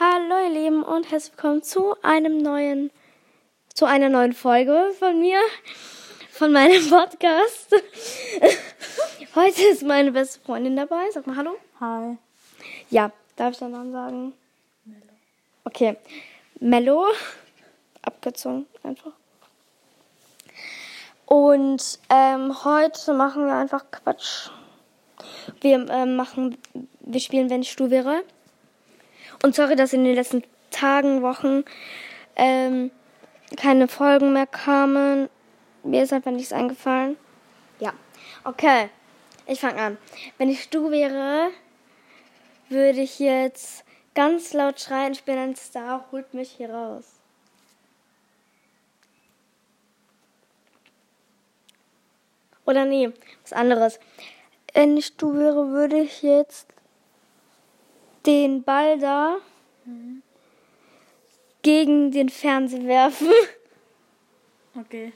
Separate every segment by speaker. Speaker 1: ihr Lieben und herzlich willkommen zu einem neuen, zu einer neuen Folge von mir, von meinem Podcast. Heute ist meine beste Freundin dabei. Sag mal Hallo.
Speaker 2: Hi.
Speaker 1: Ja, darf ich deinen Namen sagen? Mello. Okay. Mello. Abkürzung einfach. Und ähm, heute machen wir einfach Quatsch. Wir ähm, machen, wir spielen, wenn ich du wäre. Und sorry, dass in den letzten Tagen, Wochen ähm, keine Folgen mehr kamen. Mir ist einfach nichts eingefallen. Ja. Okay. Ich fange an. Wenn ich du wäre, würde ich jetzt ganz laut schreien, ich bin ein Star, holt mich hier raus. Oder nee, was anderes. Wenn ich du wäre, würde ich jetzt den Ball da gegen den Fernseher werfen.
Speaker 2: Okay.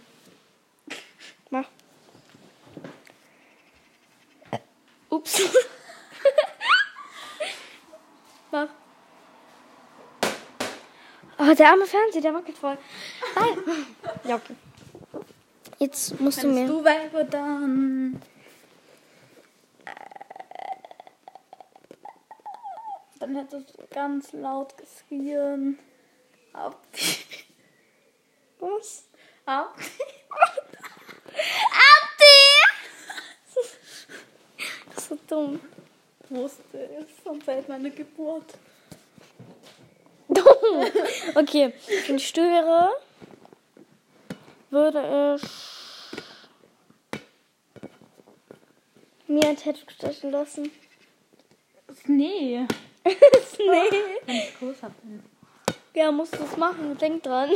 Speaker 1: Mach. Ups. Mach. Oh, der arme Fernseher, der wackelt voll. Nein. Ja, okay. Jetzt musst du
Speaker 2: Wenn
Speaker 1: mir.
Speaker 2: du wäre, dann. äh, Dann hättest du ganz laut geschrien. Ab.
Speaker 1: Was?
Speaker 2: Ab.
Speaker 1: So dumm.
Speaker 2: Wusste es schon seit meiner Geburt.
Speaker 1: Dumm. Okay, wenn ich störe, würde ich mir ein Tattoo stechen lassen.
Speaker 2: Nee.
Speaker 1: nee.
Speaker 2: Wenn ich größer bin.
Speaker 1: Ja, musst du es machen, denk dran.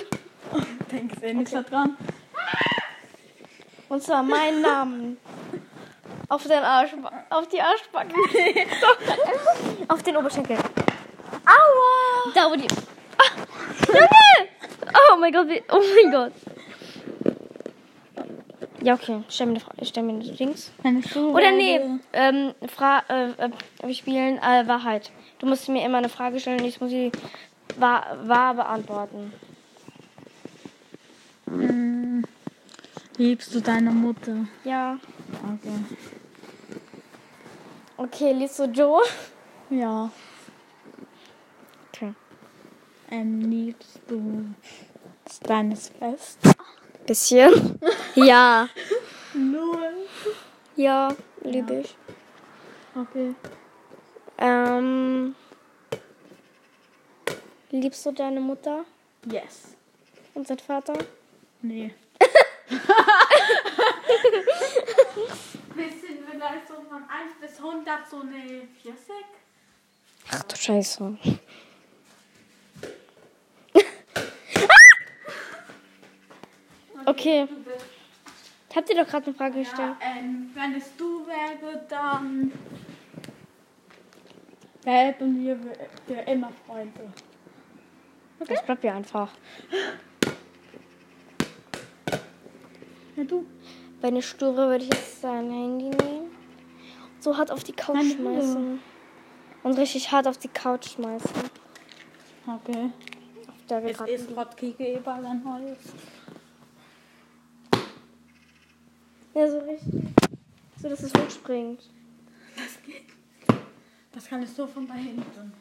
Speaker 2: Denkst eh nicht daran.
Speaker 1: Und zwar meinen Namen. Auf den Arsch, auf die Arschbacken. Doch. auf den Oberschenkel.
Speaker 2: Aua!
Speaker 1: Da, wo die. Ah, Junge! Oh mein Gott, wie- oh mein Gott. Ja, okay, stell mir eine Frage, stell mir eine Dings.
Speaker 2: Wenn ich du
Speaker 1: Oder
Speaker 2: wäre-
Speaker 1: nee, ähm, Fra äh, äh, wir spielen äh, Wahrheit. Du musst mir immer eine Frage stellen und ich muss sie wahr, wahr beantworten.
Speaker 2: Mm. Liebst du deine Mutter?
Speaker 1: Ja.
Speaker 2: Okay.
Speaker 1: Okay, liest du Joe?
Speaker 2: Ja.
Speaker 1: Okay.
Speaker 2: Ähm, liebst du deines Fest?
Speaker 1: Bisschen? ja.
Speaker 2: Null.
Speaker 1: Ja, liebe ich.
Speaker 2: Okay.
Speaker 1: Ähm, liebst du deine Mutter
Speaker 2: Yes.
Speaker 1: und seinen Vater?
Speaker 2: Nee. Bisschen vielleicht so von 1 bis 100 so eine 40?
Speaker 1: Ach du Scheiße. Okay. Ich hab dir doch gerade eine Frage gestellt.
Speaker 2: Ja, ähm, wenn es du wäre, dann bleiben wir für immer Freunde.
Speaker 1: Das bleibt ja einfach.
Speaker 2: Ja, du.
Speaker 1: Wenn ich störe, würde ich jetzt sein Handy nehmen. und So hart auf die Couch
Speaker 2: Meine
Speaker 1: schmeißen. Und richtig hart auf die Couch schmeißen.
Speaker 2: Okay.
Speaker 1: Auf der wir
Speaker 2: Es
Speaker 1: gerade
Speaker 2: ist Rottgeber ein Holz.
Speaker 1: Ja, so richtig. So, dass es hochspringt.
Speaker 2: Das geht. Das kann ich so von da hinten.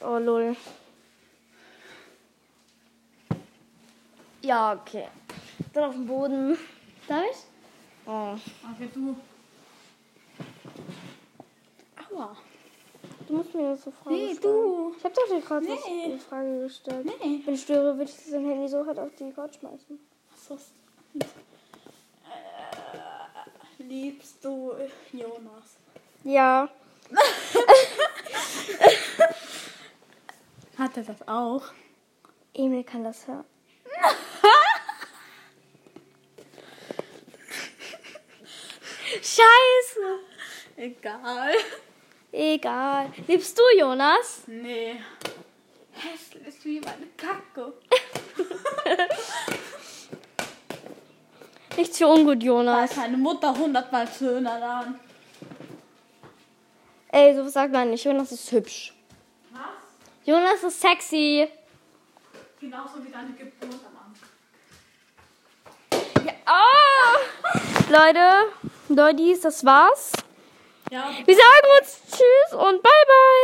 Speaker 1: Oh, lol. Ja, okay. Dann auf dem Boden. Darf ich? Oh.
Speaker 2: Okay, du. Aua.
Speaker 1: Du musst mir jetzt so Fragen
Speaker 2: Nee,
Speaker 1: stellen.
Speaker 2: du.
Speaker 1: Ich hab doch dir gerade
Speaker 2: Nee.
Speaker 1: die Frage gestellt.
Speaker 2: Nee.
Speaker 1: Wenn ich störe, würde ich sein Handy so hart auf die Couch schmeißen.
Speaker 2: Was ist äh, Liebst du Jonas?
Speaker 1: Ja.
Speaker 2: Hat er das auch?
Speaker 1: Emil kann das hören. Scheiße!
Speaker 2: Egal.
Speaker 1: Egal. Liebst du Jonas?
Speaker 2: Nee. Hässlich ist wie meine Kacke.
Speaker 1: Nichts für ungut,
Speaker 2: Da
Speaker 1: Jonas.
Speaker 2: ist meine Mutter hundertmal schöner dann.
Speaker 1: Ey, so sagt man nicht. Jonas ist hübsch.
Speaker 2: Was?
Speaker 1: Jonas ist sexy.
Speaker 2: Genauso wie deine Geburt am Anfang.
Speaker 1: Oh! Leute, Leutis, das war's.
Speaker 2: Ja,
Speaker 1: Wir sagen uns Tschüss und Bye-Bye.